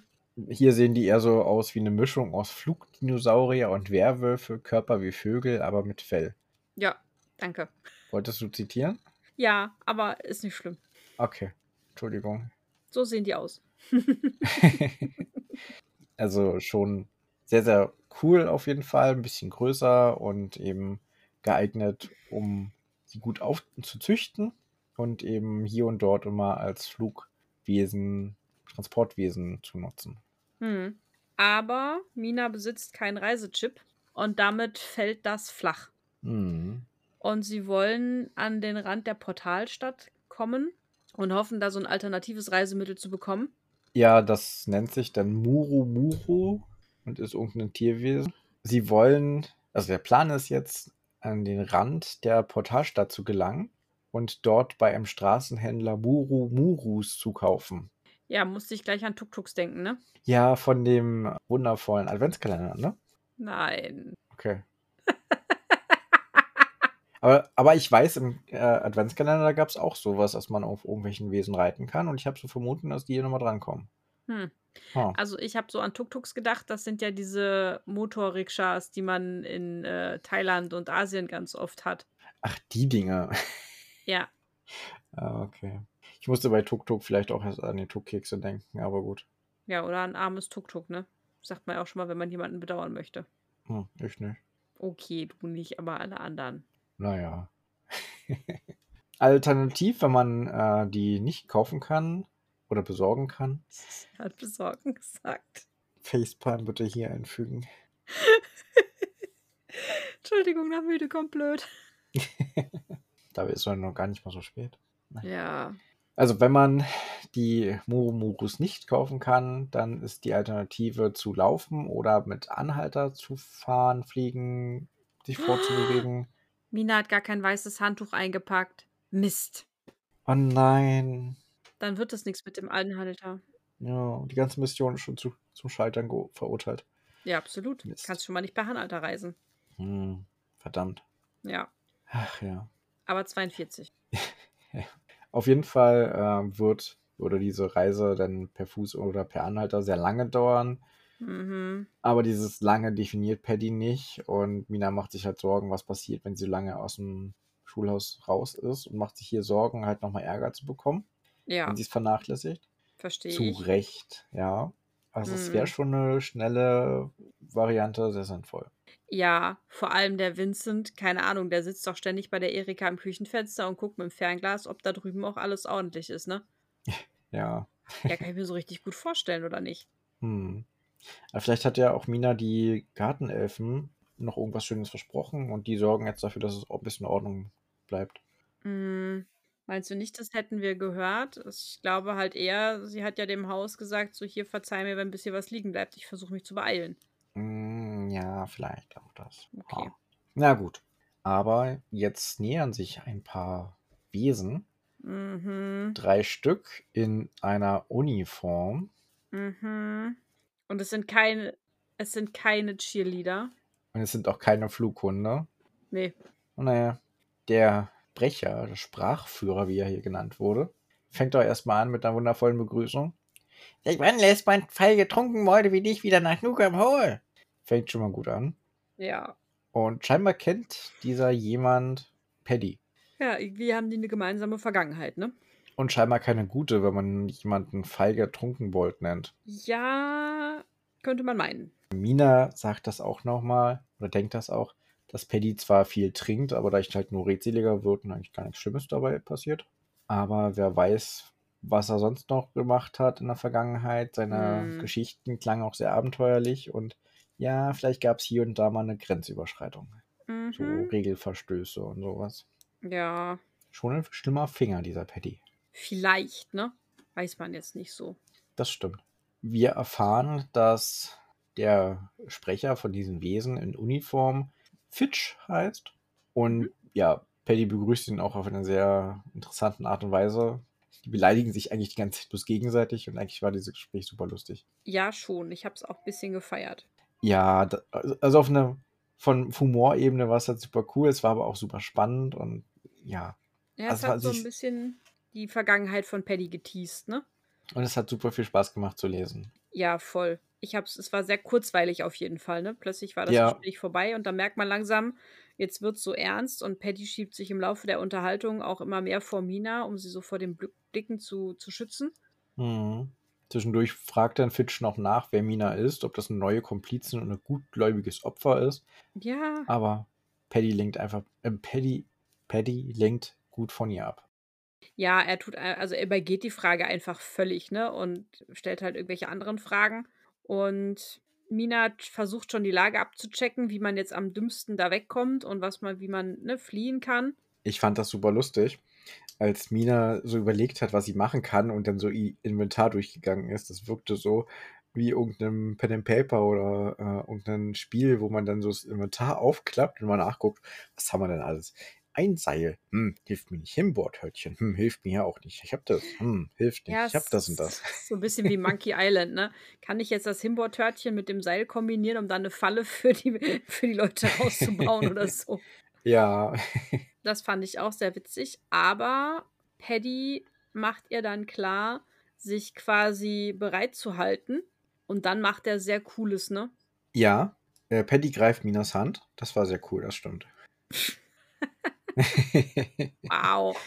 Speaker 2: Hier sehen die eher so aus wie eine Mischung aus Flugdinosaurier und Werwölfe, Körper wie Vögel, aber mit Fell.
Speaker 1: Ja, danke.
Speaker 2: Wolltest du zitieren?
Speaker 1: Ja, aber ist nicht schlimm.
Speaker 2: Okay, Entschuldigung.
Speaker 1: So sehen die aus.
Speaker 2: [laughs] also schon sehr, sehr cool auf jeden Fall, ein bisschen größer und eben geeignet, um sie gut aufzuzüchten und eben hier und dort immer als Flugwesen, Transportwesen zu nutzen.
Speaker 1: Hm. Aber Mina besitzt keinen Reisechip und damit fällt das flach.
Speaker 2: Mhm.
Speaker 1: Und sie wollen an den Rand der Portalstadt kommen und hoffen, da so ein alternatives Reisemittel zu bekommen.
Speaker 2: Ja, das nennt sich dann Muru Muru und ist irgendein Tierwesen. Sie wollen, also der Plan ist jetzt, an den Rand der Portalstadt zu gelangen und dort bei einem Straßenhändler Muru Murus zu kaufen.
Speaker 1: Ja, musste ich gleich an Tuk-Tuks denken, ne?
Speaker 2: Ja, von dem wundervollen Adventskalender, ne?
Speaker 1: Nein.
Speaker 2: Okay. Aber, aber ich weiß, im äh, Adventskalender gab es auch sowas, dass man auf irgendwelchen Wesen reiten kann. Und ich habe so vermuten, dass die hier nochmal drankommen.
Speaker 1: Hm.
Speaker 2: Hm.
Speaker 1: Also ich habe so an Tuk-Tuks gedacht. Das sind ja diese Motorrikschas, die man in äh, Thailand und Asien ganz oft hat.
Speaker 2: Ach, die Dinger.
Speaker 1: Ja,
Speaker 2: [laughs] Ah, okay. Ich musste bei Tuk Tuk vielleicht auch erst an die Tuk-Kekse denken, aber gut.
Speaker 1: ja, oder ein armes Tuk-Tuk, ne? Sagt man ja auch schon mal, wenn man jemanden bedauern möchte.
Speaker 2: Hm, ich nicht.
Speaker 1: Okay, du nicht, aber alle anderen.
Speaker 2: Naja. [laughs] Alternativ, wenn man äh, die nicht kaufen kann oder besorgen kann,
Speaker 1: Er hat besorgen gesagt.
Speaker 2: Facepalm bitte hier einfügen.
Speaker 1: Entschuldigung, nach müde kommt blöd.
Speaker 2: Dabei ist es ja noch gar nicht mal so spät.
Speaker 1: Ja.
Speaker 2: Also wenn man die Murumurus nicht kaufen kann, dann ist die Alternative zu laufen oder mit Anhalter zu fahren, fliegen, sich vorzubewegen.
Speaker 1: Mina hat gar kein weißes Handtuch eingepackt. Mist.
Speaker 2: Oh nein.
Speaker 1: Dann wird das nichts mit dem Anhalter.
Speaker 2: Ja, die ganze Mission ist schon zu, zum Scheitern ge- verurteilt.
Speaker 1: Ja, absolut.
Speaker 2: Mist.
Speaker 1: Kannst schon mal nicht per Hanalter reisen.
Speaker 2: Hm, verdammt.
Speaker 1: Ja.
Speaker 2: Ach ja.
Speaker 1: aber 42.
Speaker 2: Auf jeden Fall äh, wird oder diese Reise dann per Fuß oder per Anhalter sehr lange dauern.
Speaker 1: Mhm.
Speaker 2: Aber dieses lange definiert Paddy nicht und Mina macht sich halt Sorgen, was passiert, wenn sie so lange aus dem Schulhaus raus ist und macht sich hier Sorgen, halt nochmal Ärger zu bekommen,
Speaker 1: Ja,
Speaker 2: wenn sie es vernachlässigt.
Speaker 1: verstehe
Speaker 2: Zu
Speaker 1: ich.
Speaker 2: Recht, ja. Also es wäre
Speaker 1: Mhm.
Speaker 2: schon eine schnelle Variante, sehr sinnvoll.
Speaker 1: Ja, vor allem der Vincent, keine Ahnung, der sitzt doch ständig bei der Erika im Küchenfenster und guckt mit dem Fernglas, ob da drüben auch alles ordentlich ist, ne?
Speaker 2: Ja.
Speaker 1: Ja, kann ich mir so richtig gut vorstellen, oder nicht?
Speaker 2: Hm. Aber vielleicht hat ja auch Mina die Gartenelfen noch irgendwas Schönes versprochen und die sorgen jetzt dafür, dass es auch ein bisschen in Ordnung bleibt.
Speaker 1: Mm, Meinst du nicht, das hätten wir gehört? Ich glaube halt eher, sie hat ja dem Haus gesagt, so hier verzeih mir, wenn ein bisschen was liegen bleibt. Ich versuche mich zu beeilen.
Speaker 2: Hm, ja, vielleicht auch das.
Speaker 1: Okay.
Speaker 2: Ja. Na gut. Aber jetzt nähern sich ein paar Wesen,
Speaker 1: Mhm.
Speaker 2: drei Stück in einer Uniform.
Speaker 1: Mhm. Und es sind keine, es sind keine Cheerleader.
Speaker 2: Und es sind auch keine Flughunde.
Speaker 1: Nee.
Speaker 2: Und naja, der Brecher, der Sprachführer, wie er hier genannt wurde, fängt doch erstmal an mit einer wundervollen Begrüßung. Seit wann lässt man getrunken Leute wie dich wieder nach Nugam Hall? Fängt schon mal gut an.
Speaker 1: Ja.
Speaker 2: Und scheinbar kennt dieser jemand Paddy.
Speaker 1: Ja, irgendwie haben die eine gemeinsame Vergangenheit, ne?
Speaker 2: Und scheinbar keine gute, wenn man jemanden feiger Trunkenbold nennt.
Speaker 1: Ja, könnte man meinen.
Speaker 2: Mina sagt das auch nochmal oder denkt das auch, dass Paddy zwar viel trinkt, aber dadurch halt nur redseliger wird und eigentlich gar nichts Schlimmes dabei passiert. Aber wer weiß, was er sonst noch gemacht hat in der Vergangenheit. Seine
Speaker 1: Hm.
Speaker 2: Geschichten klangen auch sehr abenteuerlich und ja, vielleicht gab es hier und da mal eine Grenzüberschreitung. So
Speaker 1: Mhm.
Speaker 2: Regelverstöße und sowas.
Speaker 1: Ja,
Speaker 2: Schon ein schlimmer Finger, dieser Paddy.
Speaker 1: vielleicht, ne? Weiß man jetzt nicht so.
Speaker 2: Das stimmt. Wir erfahren, dass der Sprecher von diesen Wesen in Uniform Fitch heißt. Und
Speaker 1: Mhm.
Speaker 2: ja, Paddy begrüßt ihn auch auf eine sehr interessanten Art und Weise. Die beleidigen sich eigentlich die ganze Zeit bloß gegenseitig und eigentlich war dieses Gespräch super lustig.
Speaker 1: Ja, schon. Ich hab's auch ein bisschen gefeiert.
Speaker 2: Ja, da, also also auf eine von Humorebene war es halt super cool, es war aber auch super spannend und ja,
Speaker 1: Ja,
Speaker 2: also
Speaker 1: es
Speaker 2: es war,
Speaker 1: hat so ein
Speaker 2: sich,
Speaker 1: bisschen die Vergangenheit von Paddy geteased, ne?
Speaker 2: und es hat super viel Spaß gemacht zu lesen.
Speaker 1: Ja, voll. Ich hab's, es war sehr kurzweilig auf jeden Fall, ne? Plötzlich war das
Speaker 2: Ja,
Speaker 1: Gespräch vorbei und dann merkt man langsam, jetzt wird's so ernst und Paddy schiebt sich im Laufe der Unterhaltung auch immer mehr vor Mina, um sie so vor den Bl- Blicken zu, zu schützen.
Speaker 2: Mhm. Zwischendurch fragt dann Fitch noch nach, wer Mina ist, ob das eine neue Komplizin und ein gutgläubiges Opfer ist.
Speaker 1: Ja,
Speaker 2: Aber Paddy lenkt einfach, äh, Paddy, Paddy lenkt gut von ihr ab.
Speaker 1: Ja, er tut, ein- also er übergeht die Frage einfach völlig, ne? Und stellt halt irgendwelche anderen Fragen. Und Mina t- versucht schon die Lage abzuchecken, wie man jetzt am dümmsten da wegkommt und was man, wie man, ne, fliehen kann.
Speaker 2: Ich fand das super lustig, als Mina so überlegt hat, was sie machen kann und dann so ihr Inventar durchgegangen ist. Das wirkte so wie irgendein Pen and Paper oder äh, irgendein Spiel, wo man dann so das Inventar aufklappt und mal nachguckt, was haben wir denn alles? Ein Seil, hm, hilft mir nicht. Himboardhörtchen, hm, hilft mir ja auch nicht. Ich hab das, hm, hilft nicht.
Speaker 1: Ja,
Speaker 2: Ich hab
Speaker 1: es
Speaker 2: das und das.
Speaker 1: ist so ein bisschen wie
Speaker 2: [laughs]
Speaker 1: Monkey Island, ne? Kann ich jetzt das Himbeertörtchen mit dem Seil kombinieren, um dann eine Falle für die, für die Leute rauszubauen
Speaker 2: [laughs]
Speaker 1: oder so?
Speaker 2: ja,
Speaker 1: Das fand ich auch sehr witzig, aber Paddy macht ihr dann klar, sich quasi bereit zu halten. Und dann macht er sehr Cooles, ne?
Speaker 2: ja. Äh, Paddy greift Minas Hand. Das war sehr cool, das stimmt.
Speaker 1: Wow.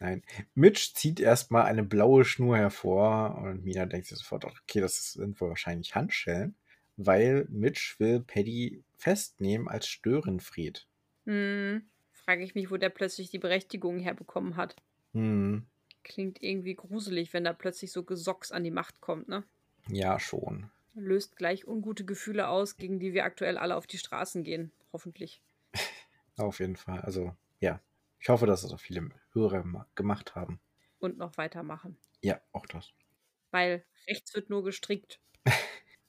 Speaker 2: Nein. Mitch zieht erstmal eine blaue Schnur hervor und Mina denkt sich sofort, okay, das sind wohl wahrscheinlich Handschellen, weil Mitch will Paddy festnehmen als Störenfried.
Speaker 1: Hm, frage ich mich, wo der plötzlich die Berechtigung herbekommen hat.
Speaker 2: Hm,
Speaker 1: Klingt irgendwie gruselig, wenn da plötzlich so Gesocks an die Macht kommt, ne?
Speaker 2: ja, schon.
Speaker 1: Löst gleich ungute Gefühle aus, gegen die wir aktuell alle auf die Straßen gehen. Hoffentlich.
Speaker 2: Auf jeden Fall. Also, ja. Ich hoffe, dass das auch viele Hörer ma- gemacht haben.
Speaker 1: Und noch weitermachen.
Speaker 2: Ja, auch das.
Speaker 1: Weil rechts wird nur gestrickt.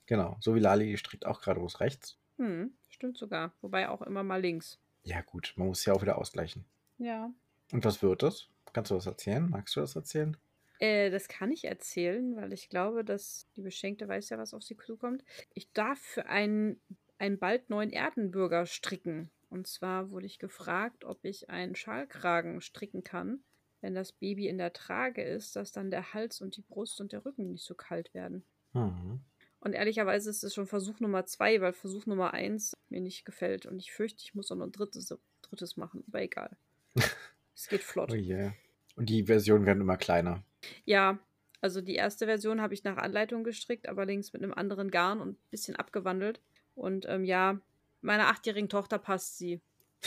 Speaker 2: Genau. So wie Lali strickt auch geradeaus rechts.
Speaker 1: Hm, stimmt sogar. Wobei auch immer mal links.
Speaker 2: Ja, gut. Man muss ja auch wieder ausgleichen.
Speaker 1: Ja.
Speaker 2: Und was wird das? Kannst du das erzählen? Magst du das erzählen?
Speaker 1: Äh, das kann ich erzählen, weil ich glaube, dass die Beschenkte weiß ja, was auf sie zukommt. Ich darf für einen, einen bald neuen Erdenbürger stricken. Und zwar wurde ich gefragt, ob ich einen Schalkragen stricken kann, wenn das Baby in der Trage ist, dass dann der Hals und die Brust und der Rücken nicht so kalt werden.
Speaker 2: Mhm.
Speaker 1: Und ehrlicherweise ist es schon Versuch Nummer zwei, weil Versuch Nummer eins mir nicht gefällt. Und ich fürchte, ich muss auch noch ein drittes, drittes machen. Aber egal. es geht flott.
Speaker 2: Oh yeah. Und die Versionen werden immer kleiner.
Speaker 1: Ja, also die erste Version habe ich nach Anleitung gestrickt, allerdings mit einem anderen Garn und ein bisschen abgewandelt. Und ähm, ja, meiner achtjährigen Tochter passt sie.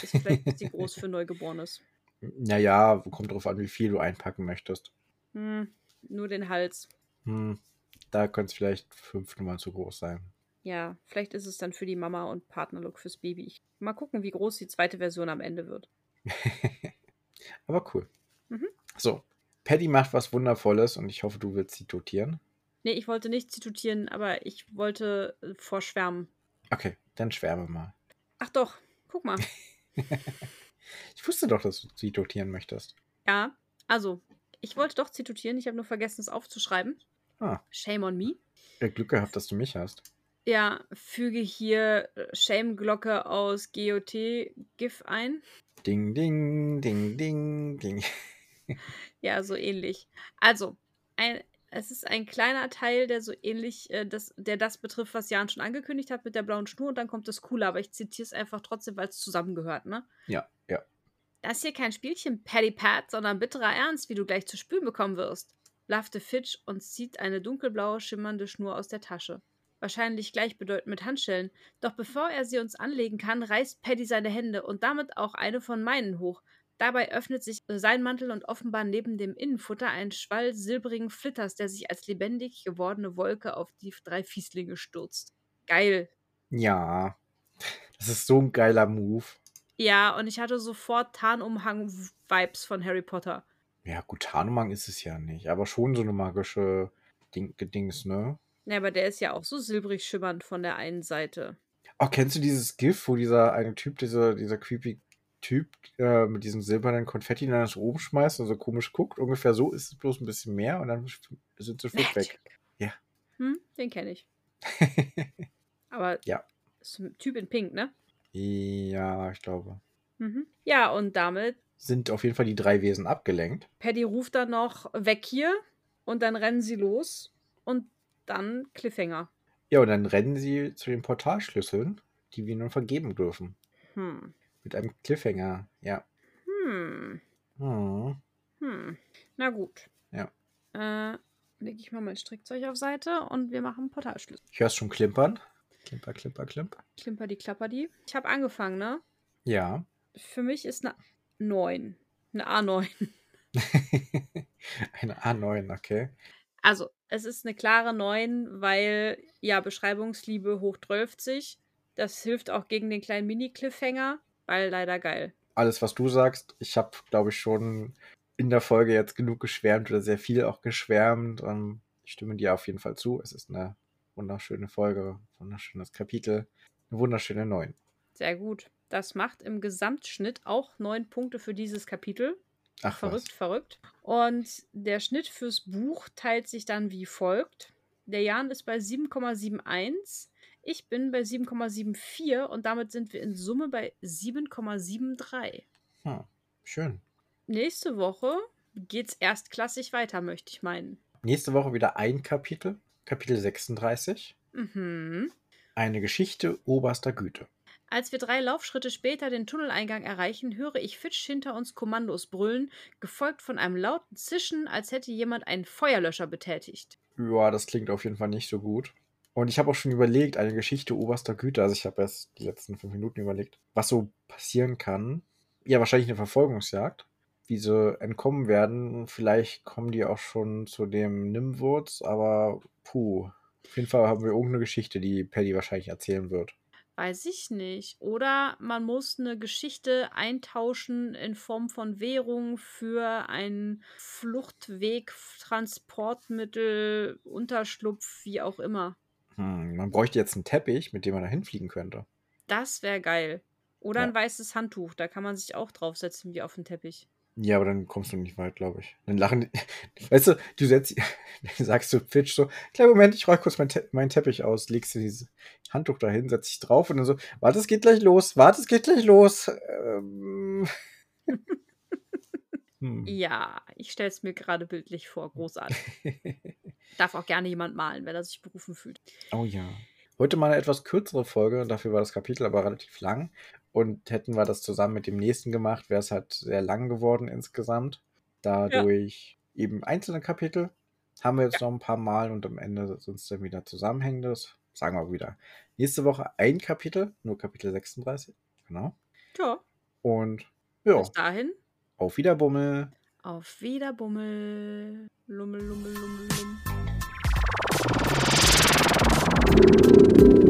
Speaker 1: Ist vielleicht ein bisschen groß für Neugeborenes.
Speaker 2: Naja, kommt drauf an, wie viel du einpacken möchtest.
Speaker 1: Hm, nur den Hals.
Speaker 2: Hm, da könnte es vielleicht fünf Nummern zu groß sein.
Speaker 1: Ja, vielleicht ist es dann für die Mama und Partnerlook fürs Baby. Ich, mal gucken, wie groß die zweite Version am Ende wird.
Speaker 2: Aber cool.
Speaker 1: Mhm.
Speaker 2: So, Paddy macht was Wundervolles und ich hoffe, du willst sie dotieren.
Speaker 1: Nee, ich wollte nicht zitutieren, aber ich wollte äh, vorschwärmen.
Speaker 2: Okay, dann schwärme mal.
Speaker 1: Ach doch, guck mal.
Speaker 2: Ich wusste doch, dass du sie dotieren möchtest.
Speaker 1: Ja, also, ich wollte doch zitutieren, ich habe nur vergessen, es aufzuschreiben.
Speaker 2: Ah.
Speaker 1: Shame on me.
Speaker 2: Äh, Glück gehabt, dass du mich hast.
Speaker 1: Ja, füge hier äh, Shame-Glocke aus GOT-GIF ein.
Speaker 2: Ding, ding, ding, ding, ding. [laughs]
Speaker 1: Ja, so ähnlich. Also, ein, es ist ein kleiner Teil, der so ähnlich, äh, das, der das betrifft, was Jan schon angekündigt hat mit der blauen Schnur und dann kommt das Coole, aber ich zitiere es einfach trotzdem, weil es zusammengehört, ne?
Speaker 2: Ja, ja.
Speaker 1: Das hier kein Spielchen Paddy Pat, sondern bitterer Ernst, wie du gleich zu spüren bekommen wirst, blaffte Fitch und zieht eine dunkelblaue, schimmernde Schnur aus der Tasche. Wahrscheinlich gleichbedeutend mit Handschellen. Doch bevor er sie uns anlegen kann, reißt Paddy seine Hände und damit auch eine von meinen hoch. Dabei öffnet sich sein Mantel und offenbar neben dem Innenfutter ein Schwall silbrigen Flitters, der sich als lebendig gewordene Wolke auf die drei Fieslinge stürzt. Geil,
Speaker 2: Ja. Das ist so ein geiler Move.
Speaker 1: Ja, und ich hatte sofort Tarnumhang-Vibes von Harry Potter.
Speaker 2: Ja, gut, Tarnumang ist es ja nicht, aber schon so eine magische Ding Dings, ne?
Speaker 1: Ja, aber der ist ja auch so silbrig schimmernd von der einen Seite.
Speaker 2: Oh, kennst du dieses GIF, wo dieser eine Typ, dieser, dieser creepy Typ äh, mit diesem silbernen Konfetti dann nach oben schmeißt und so komisch guckt? Ungefähr so ist es bloß ein bisschen mehr und dann sch- sind sie flott weg. Ja.
Speaker 1: Hm, den kenne
Speaker 2: [laughs]
Speaker 1: ich. Aber
Speaker 2: Ja.
Speaker 1: ist ein Typ in Pink, ne?
Speaker 2: ja, ich glaube.
Speaker 1: Mhm. Ja, und damit,
Speaker 2: Sind auf jeden Fall die drei Wesen abgelenkt.
Speaker 1: Paddy ruft dann noch weg hier und dann rennen sie los und dann Cliffhanger.
Speaker 2: Ja, und dann rennen sie zu den Portalschlüsseln, die wir nun vergeben dürfen.
Speaker 1: Hm.
Speaker 2: Mit einem Cliffhanger, ja.
Speaker 1: Hm.
Speaker 2: Hm.
Speaker 1: Hm. Na gut.
Speaker 2: Ja.
Speaker 1: Äh, lege ich mal mein Strickzeug auf Seite und wir machen Portalschlüssel.
Speaker 2: Ich höre es schon klimpern. Klimper, klimper, klimper.
Speaker 1: Klimper die Klapper die. Ich habe angefangen, ne?
Speaker 2: Ja. [laughs]
Speaker 1: Für mich ist eine 9. Eine A9.
Speaker 2: Eine A9, okay.
Speaker 1: [laughs] Also, es ist eine klare 9, weil ja, Beschreibungsliebe hoch 12. Das hilft auch gegen den kleinen Mini-Cliffhanger, weil leider geil.
Speaker 2: Alles, was du sagst, ich habe, glaube ich, schon in der Folge jetzt genug geschwärmt oder sehr viel auch geschwärmt. Ähm, Ich stimme dir auf jeden Fall zu. Es ist eine wunderschöne Folge, wunderschönes Kapitel, eine wunderschöne 9.
Speaker 1: Sehr gut. Das macht im Gesamtschnitt auch 9 Punkte für dieses Kapitel.
Speaker 2: Ach,
Speaker 1: verrückt, verrückt. Und der Schnitt fürs Buch teilt sich dann wie folgt. Der Jan ist bei 7,71, ich bin bei 7,74 und damit sind wir in Summe bei 7,73.
Speaker 2: was. Hm, schön.
Speaker 1: Nächste Woche geht's erstklassig weiter, möchte ich meinen.
Speaker 2: Nächste Woche wieder ein Kapitel, Kapitel 36.
Speaker 1: Mhm.
Speaker 2: Eine Geschichte oberster Güte.
Speaker 1: Als wir drei Laufschritte später den Tunneleingang erreichen, höre ich Fitch hinter uns Kommandos brüllen, gefolgt von einem lauten Zischen, als hätte jemand einen Feuerlöscher betätigt.
Speaker 2: Ja, das klingt auf jeden Fall nicht so gut. Und ich habe auch schon überlegt, eine Geschichte oberster Güte, also ich habe erst die letzten fünf Minuten überlegt, was so passieren kann. Ja, wahrscheinlich eine Verfolgungsjagd. Wie sie entkommen werden, vielleicht kommen die auch schon zu dem Nimmwurz, aber puh. Auf jeden Fall haben wir irgendeine Geschichte, die Paddy wahrscheinlich erzählen wird.
Speaker 1: Weiß ich nicht. Oder man muss eine Geschichte eintauschen in Form von Währung für ein Fluchtweg, Transportmittel, Unterschlupf, wie auch immer.
Speaker 2: Hm, man bräuchte jetzt einen Teppich, mit dem man da hinfliegen könnte.
Speaker 1: Das wäre geil. Oder
Speaker 2: Ja.
Speaker 1: ein weißes Handtuch, da kann man sich auch draufsetzen wie auf den Teppich.
Speaker 2: Ja, aber dann kommst du nicht weit, glaube ich. Dann lachen die. [laughs] Weißt du, du setzt, dann sagst du Fitch so, kleiner Moment, ich räume kurz meinen Te mein Teppich aus, legst dir dieses Handtuch dahin, setzt dich drauf und dann so, warte, es geht gleich los, warte, es geht gleich los. Ähm. [laughs] Hm.
Speaker 1: Ja, ich stelle es mir gerade bildlich vor. Großartig.
Speaker 2: [laughs]
Speaker 1: Darf auch gerne jemand malen, wenn er sich berufen fühlt.
Speaker 2: Oh ja. Heute mal eine etwas kürzere Folge, dafür war das Kapitel aber relativ lang. Und hätten wir das zusammen mit dem nächsten gemacht, wäre es halt sehr lang geworden insgesamt. Dadurch eben einzelne Kapitel haben wir jetzt noch ein paar Mal und am Ende sind es dann wieder zusammenhängendes. Sagen wir wieder. Nächste Woche ein Kapitel, nur Kapitel 36. Genau.
Speaker 1: Ja,
Speaker 2: Und ja,
Speaker 1: bis dahin.
Speaker 2: auf Wiederbummel.
Speaker 1: Auf Wiederbummel. Lummel, lummel, lummel, lummel.